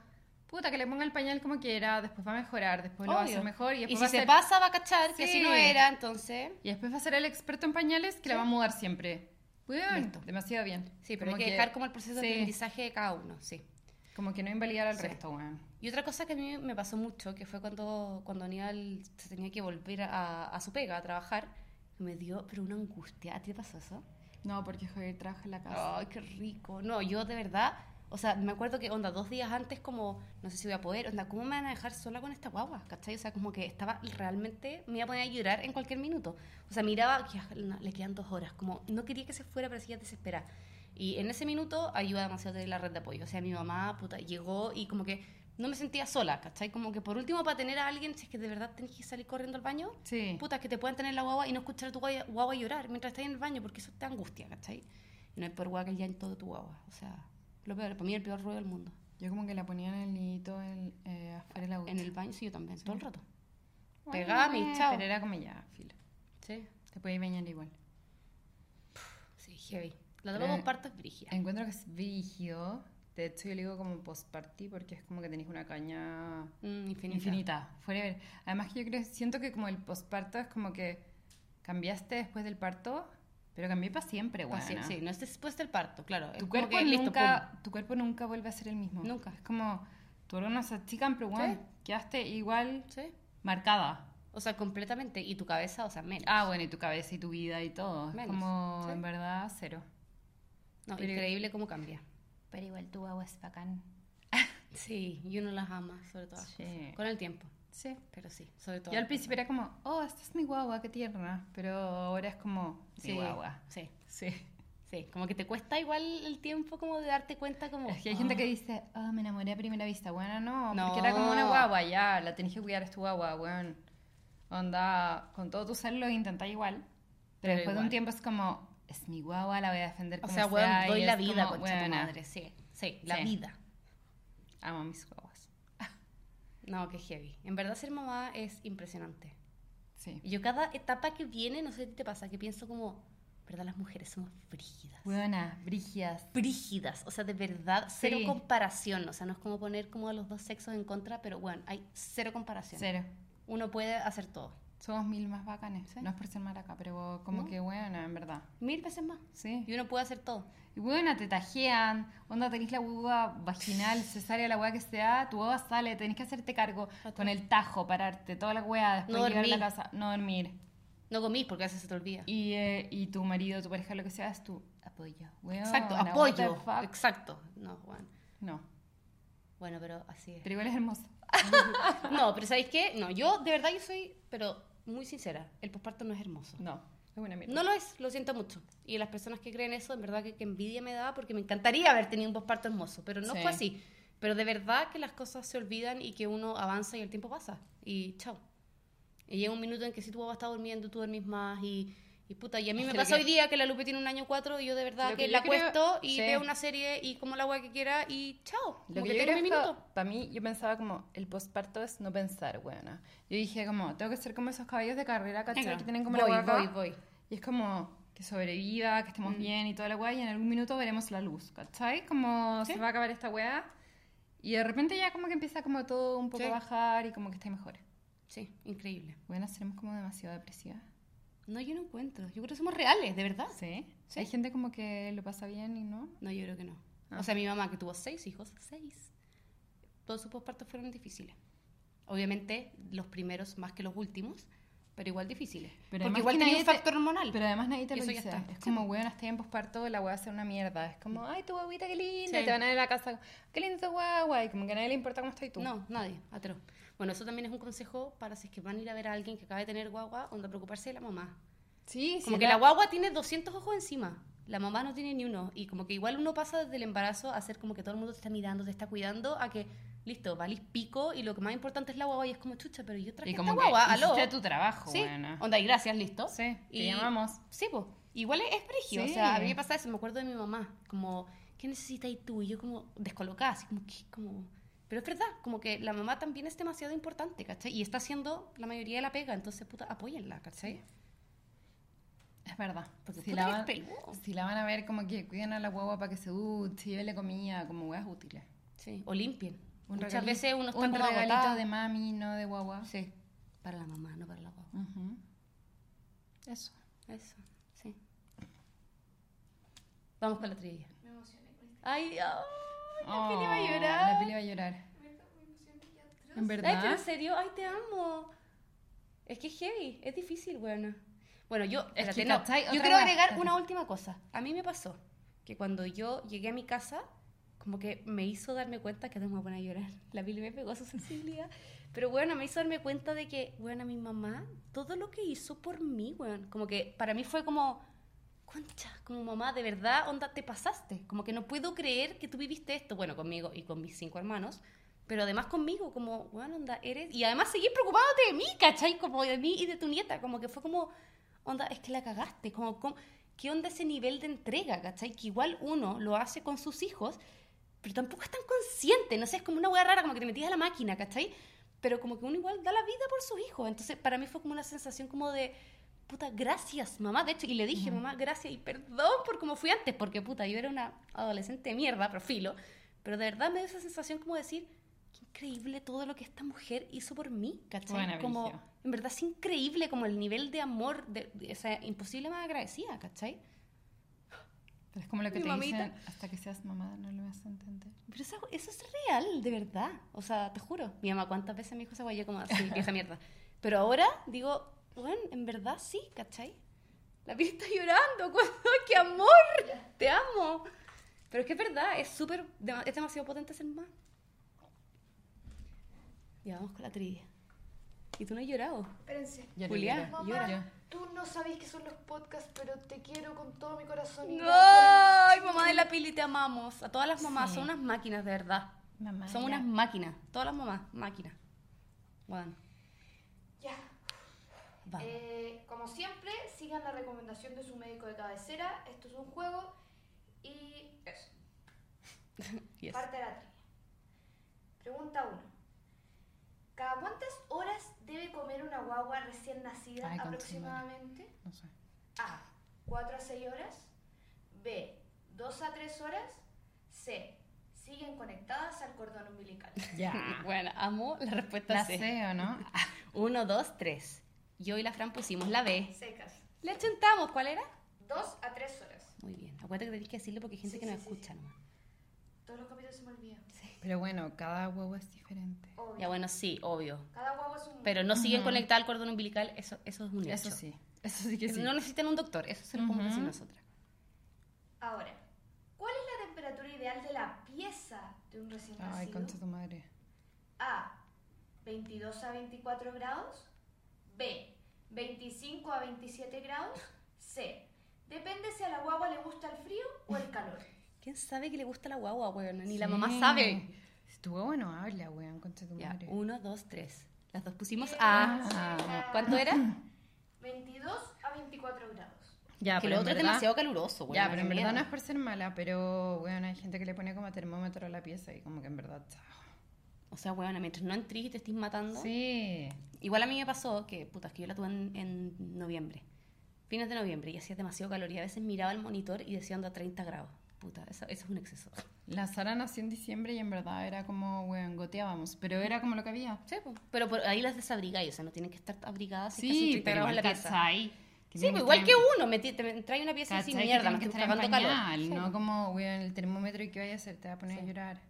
Speaker 4: puta, que le ponga el pañal como quiera, después va a mejorar, después lo va a hacer
Speaker 3: Obvio.
Speaker 4: mejor. Y,
Speaker 3: Y,
Speaker 4: después
Speaker 3: si
Speaker 4: va a
Speaker 3: se
Speaker 4: ser-
Speaker 3: pasa, va a cachar que
Speaker 4: Sí.
Speaker 3: si no era, entonces...
Speaker 4: Y después va a ser el experto en pañales que la va a mudar siempre. Weón,
Speaker 3: Listo.
Speaker 4: demasiado bien.
Speaker 3: Sí, pero
Speaker 4: Como
Speaker 3: hay que, dejar como el proceso
Speaker 4: sí.
Speaker 3: de aprendizaje de cada uno, sí.
Speaker 4: Como que no invalidar al
Speaker 3: Sí.
Speaker 4: resto, weón.
Speaker 3: Y otra cosa que a mí me pasó mucho, que fue cuando, cuando Aníbal se tenía que volver a, a su pega, a trabajar, me dio, pero una angustia. ¿A ti te pasó eso?
Speaker 4: No, porque Javier trabaja en la casa.
Speaker 3: Ay, qué rico. No, yo de verdad, o sea, me acuerdo que, onda, dos días antes como, no sé si voy a poder, onda, ¿cómo me van a dejar sola con esta guagua? ¿Cachai? O sea, como que estaba realmente, me iba a poner a llorar en cualquier minuto. O sea, miraba, que ah, no, le quedan dos horas, como, no quería que se fuera, parecía desesperada. Y en ese minuto ayuda demasiado tener la red de apoyo. O sea, mi mamá, puta, llegó y como que no me sentía sola, ¿cachai? Como que por último, para tener a alguien, si es que de verdad tenés que salir corriendo al baño,
Speaker 4: Sí.
Speaker 3: putas que te puedan tener la guagua y no escuchar a tu guaya- guagua llorar mientras estás en el baño, porque eso te angustia, ¿cachai? Y no hay peor guagua que el llanto de tu guagua. O sea, lo peor, para mí el peor ruido del mundo.
Speaker 4: Yo como que la ponía en el nidito en- eh, afuera de la
Speaker 3: En el baño sí, yo también, todo el rato.
Speaker 4: Bueno,
Speaker 3: Pegaba mi chao.
Speaker 4: Pero era como ya, filo.
Speaker 3: Sí,
Speaker 4: Te podéis bañar igual.
Speaker 3: sí, heavy. La
Speaker 4: Pero-
Speaker 3: droga con parto es brígida.
Speaker 4: Encuentro que es brígido. De hecho, yo le digo como postparty porque es como que tenéis una caña
Speaker 3: Mm, infinita.
Speaker 4: infinita. Forever. Además que yo creo, siento que como el postparto es como que cambiaste después del parto, pero cambié para siempre,
Speaker 3: Pa'
Speaker 4: weón.
Speaker 3: siempre, sí, no es después del parto, claro. es
Speaker 4: Tu
Speaker 3: como
Speaker 4: cuerpo,
Speaker 3: que, listo,
Speaker 4: nunca,
Speaker 3: pum.
Speaker 4: tu cuerpo nunca vuelve a ser el mismo.
Speaker 3: Nunca.
Speaker 4: Es como, tus órganos se achican, pero bueno,
Speaker 3: Sí.
Speaker 4: quedaste igual
Speaker 3: Sí.
Speaker 4: marcada.
Speaker 3: O sea, completamente. Y tu cabeza, o sea, menos.
Speaker 4: Ah, bueno, y tu cabeza y tu vida y todo. Es
Speaker 3: Menos,
Speaker 4: como,
Speaker 3: sí.
Speaker 4: en verdad, cero.
Speaker 3: No,
Speaker 4: pero-
Speaker 3: increíble cómo cambia.
Speaker 4: Pero igual tu agua es bacán.
Speaker 3: Sí, y uno las ama, sobre todo.
Speaker 4: Sí.
Speaker 3: Con el tiempo,
Speaker 4: Sí.
Speaker 3: pero sí, sobre todo.
Speaker 4: Yo al principio era como, oh, esta es mi guagua, qué tierna. Pero ahora es como, mi
Speaker 3: Sí,
Speaker 4: guagua.
Speaker 3: sí.
Speaker 4: Sí.
Speaker 3: Sí, como que te cuesta igual el tiempo como de darte cuenta como...
Speaker 4: Es que hay gente
Speaker 3: "Ah".
Speaker 4: que dice, oh, me enamoré a primera vista. Bueno, no,
Speaker 3: No.
Speaker 4: porque era como una guagua, ya, la tenés que cuidar, es tu guagua, weón. Onda, con todo tu ser lo intentás igual. Pero,
Speaker 3: Pero
Speaker 4: después de un
Speaker 3: igual.
Speaker 4: tiempo es como, es mi guagua, la voy a defender
Speaker 3: O
Speaker 4: como
Speaker 3: sea, weón,
Speaker 4: sea, y
Speaker 3: doy la
Speaker 4: es
Speaker 3: vida,
Speaker 4: como,
Speaker 3: concha tu
Speaker 4: weona,
Speaker 3: madre, sí. Sí, la
Speaker 4: Sí.
Speaker 3: vida.
Speaker 4: Amo a mis guaguas.
Speaker 3: No, qué heavy. En verdad ser mamá es impresionante.
Speaker 4: Sí.
Speaker 3: Y Yo cada etapa que viene, no sé si te pasa, que pienso como, ¿verdad? Las mujeres somos brígidas.
Speaker 4: Buena, brígidas.
Speaker 3: Brígidas, o sea, de verdad, cero
Speaker 4: Sí.
Speaker 3: comparación. O sea, no es como poner como a los dos sexos en contra, pero bueno, hay cero comparación.
Speaker 4: Cero.
Speaker 3: Uno puede hacer todo.
Speaker 4: Somos mil más bacanes. No es por ser maraca, pero como
Speaker 3: No.
Speaker 4: que buena, en verdad.
Speaker 3: Mil veces más.
Speaker 4: Sí.
Speaker 3: Y uno puede hacer todo.
Speaker 4: Y bueno, te tajean, onda tenés la uva vaginal, cesárea, la hueá que sea, tu uva sale, tenés que hacerte cargo con el tajo, pararte, toda la hueá, después
Speaker 3: No
Speaker 4: llegar a la
Speaker 3: dormir.
Speaker 4: casa, no dormir.
Speaker 3: No comís porque a veces se te olvida.
Speaker 4: Y, eh, y tu marido, tu pareja, lo que sea, es tu apoyo. Weona,
Speaker 3: Exacto,
Speaker 4: what
Speaker 3: apoyo.
Speaker 4: the fuck.
Speaker 3: Exacto. No, bueno.
Speaker 4: No,
Speaker 3: Bueno, pero así es.
Speaker 4: pero igual es hermoso.
Speaker 3: No, pero ¿sabéis qué? No, yo de verdad yo soy, pero muy sincera, el posparto no es hermoso.
Speaker 4: No, es buena mierda.
Speaker 3: No lo es, lo siento mucho. Y las personas que creen eso, en verdad que, que envidia me da porque me encantaría haber tenido un posparto hermoso, pero no
Speaker 4: Sí.
Speaker 3: fue así. Pero de verdad que las cosas se olvidan y que uno avanza y el tiempo pasa. Y chao. Y llega un minuto en que si tu papá está durmiendo, tú dormís más y, y puta. Y a mí
Speaker 4: Es
Speaker 3: me
Speaker 4: que lo
Speaker 3: pasa
Speaker 4: que-
Speaker 3: hoy día que la Lupe tiene un año cuatro y yo de verdad
Speaker 4: Lo
Speaker 3: que,
Speaker 4: que yo
Speaker 3: la
Speaker 4: creo-
Speaker 3: acuesto y
Speaker 4: sí.
Speaker 3: veo una serie y como la agua que quiera y chao.
Speaker 4: Lo
Speaker 3: Como
Speaker 4: que,
Speaker 3: que,
Speaker 4: yo
Speaker 3: tengo
Speaker 4: creo
Speaker 3: mi minuto.
Speaker 4: para mí, yo pensaba como, el posparto es no pensar, weona. Yo dije como, tengo que ser como esos caballos de carrera, ¿cachai?
Speaker 3: Venga,
Speaker 4: que tienen como
Speaker 3: voy,
Speaker 4: la hueá
Speaker 3: voy,
Speaker 4: acá.
Speaker 3: voy.
Speaker 4: Y es como que sobreviva, que
Speaker 3: Mm.
Speaker 4: estemos bien y toda la weá, y en algún minuto veremos la luz, ¿cachai? Como se va a acabar esta weá. Y de repente ya como que empieza como todo un poco
Speaker 3: Sí.
Speaker 4: a bajar y como que está mejor.
Speaker 3: Sí, increíble.
Speaker 4: Bueno, seremos como demasiado depresivas.
Speaker 3: No, yo no encuentro. Yo creo que somos reales, de verdad.
Speaker 4: ¿Sí?
Speaker 3: Sí.
Speaker 4: Hay gente como que lo pasa bien y no.
Speaker 3: No, yo creo que no.
Speaker 4: Ah.
Speaker 3: O sea, mi mamá, que tuvo seis hijos, seis. Todos sus pospartos fueron difíciles. Obviamente, los primeros más que los últimos, pero igual difíciles.
Speaker 4: Pero además
Speaker 3: Porque igual
Speaker 4: que
Speaker 3: tenía
Speaker 4: nadie
Speaker 3: un
Speaker 4: te-
Speaker 3: factor hormonal.
Speaker 4: Pero además nadie te lo
Speaker 3: Eso ya
Speaker 4: dice.
Speaker 3: está.
Speaker 4: Es
Speaker 3: Sí. Mm.
Speaker 4: como, weón, estoy en posparto, la weá va a ser una mierda. Es como, ay, tu guaguita, qué linda.
Speaker 3: Sí.
Speaker 4: Te van a ir a la casa, qué linda tu guagua. Y como que a nadie le importa cómo estoy tú.
Speaker 3: No, nadie, atroz. Bueno, eso también es un consejo para si es que van a ir a ver a alguien que acaba de tener guagua, onda preocuparse de la mamá.
Speaker 4: Sí, sí.
Speaker 3: Como que la guagua tiene 200 ojos encima. La mamá no tiene ni uno. Y como que igual uno pasa desde el embarazo a ser como que todo el mundo te está mirando, te está cuidando, a que, listo, valís pico y lo que más importante es la guagua y es como, chucha, pero yo traje
Speaker 4: Y como
Speaker 3: esta
Speaker 4: que [LAUGHS]
Speaker 3: guagua, aló.
Speaker 4: hiciste tu trabajo,
Speaker 3: Sí,
Speaker 4: weona.
Speaker 3: onda, y gracias, listo.
Speaker 4: Sí, te
Speaker 3: Y-
Speaker 4: llamamos.
Speaker 3: Sí, pues. Igual es, es brígido,
Speaker 4: Sí.
Speaker 3: o sea, a mí me pasa eso, me acuerdo de mi mamá, como, ¿qué necesitas y tú? Y yo como descolocada, así como, ¿qué? Como... Pero es verdad, como que la mamá también es demasiado importante, ¿cachai? Y está haciendo la mayoría de la pega, entonces, puta, apóyenla, ¿cachai?
Speaker 4: Es verdad.
Speaker 3: Porque
Speaker 4: si,
Speaker 3: puta
Speaker 4: la
Speaker 3: que es
Speaker 4: van,
Speaker 3: peludo.
Speaker 4: si la van a ver, como que cuidan a la guagua para que se duche, llévele comida, como weas útiles.
Speaker 3: Sí, o limpien.
Speaker 4: Un
Speaker 3: Muchas
Speaker 4: regalito-
Speaker 3: veces uno está
Speaker 4: un
Speaker 3: como
Speaker 4: regalito
Speaker 3: agotado.
Speaker 4: de mami, no de guagua.
Speaker 3: Sí, para la mamá, no para la guagua.
Speaker 4: Ujú. Eso.
Speaker 3: Eso, sí. Vamos con la trivia. Me emocioné. Ay, Dios. La Pili va a
Speaker 4: Oh,
Speaker 3: llorar.
Speaker 4: La peli va a llorar. En
Speaker 3: Ay, pero
Speaker 4: verdad.
Speaker 3: en serio, ay, te amo. Es que es heavy, es difícil, weona. Bueno, yo,
Speaker 4: Es que,
Speaker 3: espérate, no.
Speaker 4: ¿cachai?
Speaker 3: yo
Speaker 4: Otra
Speaker 3: quiero
Speaker 4: vez,
Speaker 3: agregar
Speaker 4: espérate.
Speaker 3: una última cosa. A mí me pasó que cuando yo llegué a mi casa, como que me hizo darme cuenta que no me voy a poner a llorar. [LAUGHS] La Billy me pegó su sensibilidad. Pero bueno, me hizo darme cuenta de que, bueno, mi mamá, todo lo que hizo por mí, weón, como que para mí fue como, concha, como mamá, de verdad, onda, te pasaste. Como que no puedo creer que tú viviste esto, bueno, conmigo y con mis cinco hermanos, pero además conmigo, como, weón, onda, eres. Y además seguir preocupándote de mí, ¿cachai? Como de mí y de tu nieta, como que fue como, onda, es que la cagaste, como, como- ¿qué onda ese nivel de entrega, ¿cachai? Que igual uno lo hace con sus hijos, pero tampoco es tan consciente, no sé, es como una hueá rara, como que te metías a la máquina, ¿cachai? Pero como que uno igual da la vida por sus hijos, entonces para mí fue como una sensación como de, puta, gracias, mamá, de hecho, y le dije, mamá, gracias y perdón por cómo fui antes, porque puta, yo era una adolescente de mierda, profilo, pero de verdad me dio esa sensación como decir, qué increíble todo lo que esta mujer hizo por mí, ¿cachai?
Speaker 4: Buena,
Speaker 3: como...
Speaker 4: Brigio.
Speaker 3: En verdad es increíble como el nivel de amor, de, de- o sea, imposible más agradecida, ¿cachai?
Speaker 4: Pero es como lo que
Speaker 3: Mi
Speaker 4: te
Speaker 3: mamita.
Speaker 4: dicen, hasta que seas mamá no lo vas a entender.
Speaker 3: Pero esa- eso, es real, de verdad. O sea, te juro. Mi mamá, ¿cuántas veces me dijo esa guaya como así, vieja mierda? Pero ahora digo, bueno, en verdad sí, ¿cachai? La piel está llorando, [LAUGHS] cuando, ¡qué amor! ¡Te amo! Pero es que es verdad, es súper, dema- es demasiado potente ser mamá. Ya vamos con la trivia. ¿Y tú no has llorado?
Speaker 5: Espérense.
Speaker 4: Yo no
Speaker 3: Julián,
Speaker 4: lloro.
Speaker 5: Mamá,
Speaker 4: Yo-
Speaker 5: tú no sabes qué son los podcasts, pero te quiero con todo mi corazón. y
Speaker 3: No,
Speaker 5: gracias.
Speaker 3: ay, mamá de la Pili, te amamos. A todas las mamás,
Speaker 4: Sí.
Speaker 3: son unas máquinas, de verdad.
Speaker 4: Mamá,
Speaker 3: Son
Speaker 4: ya.
Speaker 3: unas máquinas. Todas las mamás, máquinas. Bueno,
Speaker 5: Ya.
Speaker 3: vamos.
Speaker 4: Eh,
Speaker 5: Eh, como siempre, sigan sigan la recomendación de su médico de cabecera. Esto es un juego y eso.
Speaker 3: Yes. [LAUGHS]
Speaker 5: Parte de la trivia. Pregunta 1. ¿Cada cuántas horas debe comer una guagua recién nacida
Speaker 4: Ay, conchetumare.
Speaker 5: aproximadamente?
Speaker 4: No sé.
Speaker 5: A. 4 a 6 horas. B. 2 a 3 horas. C. Siguen conectadas al cordón umbilical.
Speaker 4: [LAUGHS] Ya.
Speaker 3: Bueno, amo la respuesta
Speaker 4: La
Speaker 3: C.
Speaker 4: sé, ¿o no?
Speaker 3: Uno, dos, tres. Yo y la Fran pusimos la B.
Speaker 5: Secas.
Speaker 3: Le chuntamos, ¿cuál era?
Speaker 5: 2 a 3 horas.
Speaker 3: Muy bien. Acuérdate que tenés que decirlo porque hay gente
Speaker 5: Sí,
Speaker 3: que no
Speaker 5: sí, sí,
Speaker 3: escucha nomás.
Speaker 5: Todos los capítulos se me olvidan.
Speaker 4: Pero bueno, cada huevo es diferente.
Speaker 5: Obvio.
Speaker 3: Ya bueno, sí, obvio.
Speaker 5: Cada guagua es un
Speaker 3: Pero no siguen conectadas al cordón umbilical, eso, eso es un hecho.
Speaker 4: Eso sí. Eso sí que
Speaker 3: Eso
Speaker 4: sí.
Speaker 3: No necesitan un doctor, eso se lo podemos decir
Speaker 4: Ujú.
Speaker 3: nosotras.
Speaker 5: Ahora, ¿cuál es la temperatura ideal de la pieza de un recién
Speaker 4: Ay,
Speaker 5: nacido?
Speaker 4: concha tu madre.
Speaker 5: A. 22 a 24 grados. B. 25 a 27 grados. C. Depende si a la guagua le gusta el frío o el calor.
Speaker 3: ¿Quién sabe que le gusta la guagua, weón? Ni la
Speaker 4: Sí.
Speaker 3: mamá sabe.
Speaker 4: Si tu huevo no habla, weón, concha tu
Speaker 3: Ya,
Speaker 4: madre.
Speaker 3: uno, dos, tres. Las dos pusimos A.
Speaker 5: Ah.
Speaker 4: [LAUGHS]
Speaker 3: ¿Cuánto era?
Speaker 5: 22 a 24 grados.
Speaker 4: Ya,
Speaker 3: que
Speaker 4: pero
Speaker 3: lo
Speaker 4: en
Speaker 3: otro es
Speaker 4: verdad-
Speaker 3: demasiado caluroso, weón.
Speaker 4: Ya, pero en
Speaker 3: qué
Speaker 4: verdad no
Speaker 3: mierda.
Speaker 4: es por ser mala, pero bueno, hay gente que le pone como termómetro a la pieza y como que en verdad. chao.
Speaker 3: O sea, weón, mientras no entres y te estés matando.
Speaker 4: Sí.
Speaker 3: Igual a mí me pasó que, puta, es que yo la tuve en, en noviembre. Fines de noviembre y hacía demasiado calor y a veces miraba el monitor y decía anda 30 grados. Puta, eso, eso es un exceso.
Speaker 4: La Sara nació en diciembre y en verdad era como, weón, goteábamos, pero era como lo que había.
Speaker 3: Sí, pues, po. pero por ahí las desabrigáis, o sea, no tienen que estar abrigadas. si es que hacen
Speaker 4: Sí,
Speaker 3: 30
Speaker 4: pero
Speaker 3: grados en
Speaker 4: igual
Speaker 3: la pieza.
Speaker 4: cachai.
Speaker 3: Sí,
Speaker 4: tienen
Speaker 3: pues igual
Speaker 4: estar
Speaker 3: que
Speaker 4: en-
Speaker 3: uno, me, ti- te- me trae una pieza
Speaker 4: cachai,
Speaker 3: sin
Speaker 4: que
Speaker 3: mierda,
Speaker 4: tienen
Speaker 3: me
Speaker 4: que
Speaker 3: estoy
Speaker 4: estar en
Speaker 3: cagando calor.
Speaker 4: pañal,
Speaker 3: Sí,
Speaker 4: No como, weón, el termómetro y qué vaya a hacer, te va a poner a llorar.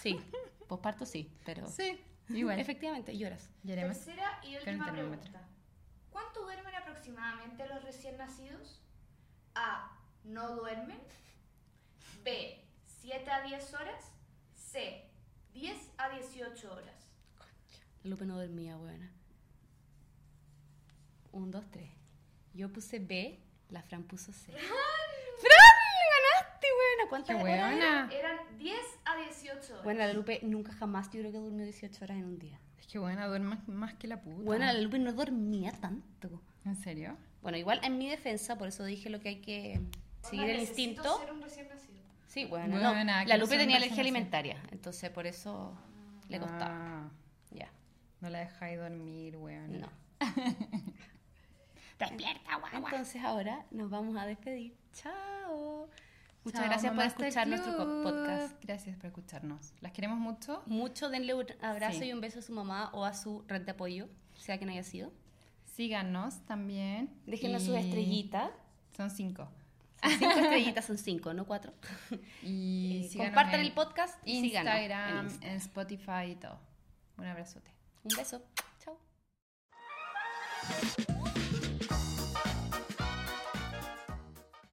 Speaker 3: Sí, posparto sí, pero.
Speaker 4: Sí, igual.
Speaker 3: Efectivamente, lloras.
Speaker 4: Lloremos.
Speaker 5: Tercera y
Speaker 4: Con el
Speaker 5: última
Speaker 4: termómetro.
Speaker 5: pregunta. ¿Cuánto duermen aproximadamente los recién nacidos? A. No duermen. B. 7 a 10 horas. C. 10 a 18 horas.
Speaker 3: La Lupe no dormía, buena. Un, dos, tres. Yo puse B, la Fran puso C. ¡Fran! ¡Le ganaste, buena!
Speaker 4: Qué
Speaker 3: ¿Cuántas horas?
Speaker 4: weona.
Speaker 5: Eran 10 a 18 horas.
Speaker 3: Bueno, la Lupe nunca jamás, yo creo que durmió 18 horas en un día.
Speaker 4: Es que buena, duerme más que la puta.
Speaker 3: Bueno, la Lupe no dormía tanto.
Speaker 4: ¿En serio?
Speaker 3: Bueno, igual en mi defensa, por eso dije lo que hay que
Speaker 5: Onda,
Speaker 3: seguir el
Speaker 5: necesito
Speaker 3: instinto.
Speaker 5: ser un recién nacido.
Speaker 3: Sí, bueno,
Speaker 4: Bueno,
Speaker 3: no.
Speaker 4: nada, que
Speaker 3: La
Speaker 4: no
Speaker 3: Lupe
Speaker 4: sea un
Speaker 3: tenía alergia
Speaker 4: personaje.
Speaker 3: alimentaria, entonces por eso le costaba.
Speaker 4: Ah,
Speaker 3: Ya,
Speaker 4: no la dejáis dormir, weón. [LAUGHS]
Speaker 3: no. Despierta, guagua. Entonces ahora nos vamos a despedir. Chao. Muchas
Speaker 4: Chao,
Speaker 3: gracias por
Speaker 4: mamás del
Speaker 3: escuchar nuestro co-
Speaker 4: club.
Speaker 3: podcast.
Speaker 4: Gracias por escucharnos. Las queremos mucho.
Speaker 3: Mucho denle un abrazo
Speaker 4: Sí.
Speaker 3: y un beso a su mamá o a su red de apoyo, sea quien haya sido.
Speaker 4: Síganos también.
Speaker 3: Déjenos
Speaker 4: Y-
Speaker 3: sus estrellitas.
Speaker 4: [LAUGHS] Son cinco.
Speaker 3: Son Cinco estrellitas son cinco, no cuatro. Eh,
Speaker 4: Y, síganos
Speaker 3: Compartan
Speaker 4: en
Speaker 3: el podcast y síganos en
Speaker 4: Instagram,
Speaker 3: Insta.
Speaker 4: en Spotify y todo. Un abrazote.
Speaker 3: Un beso. Chao.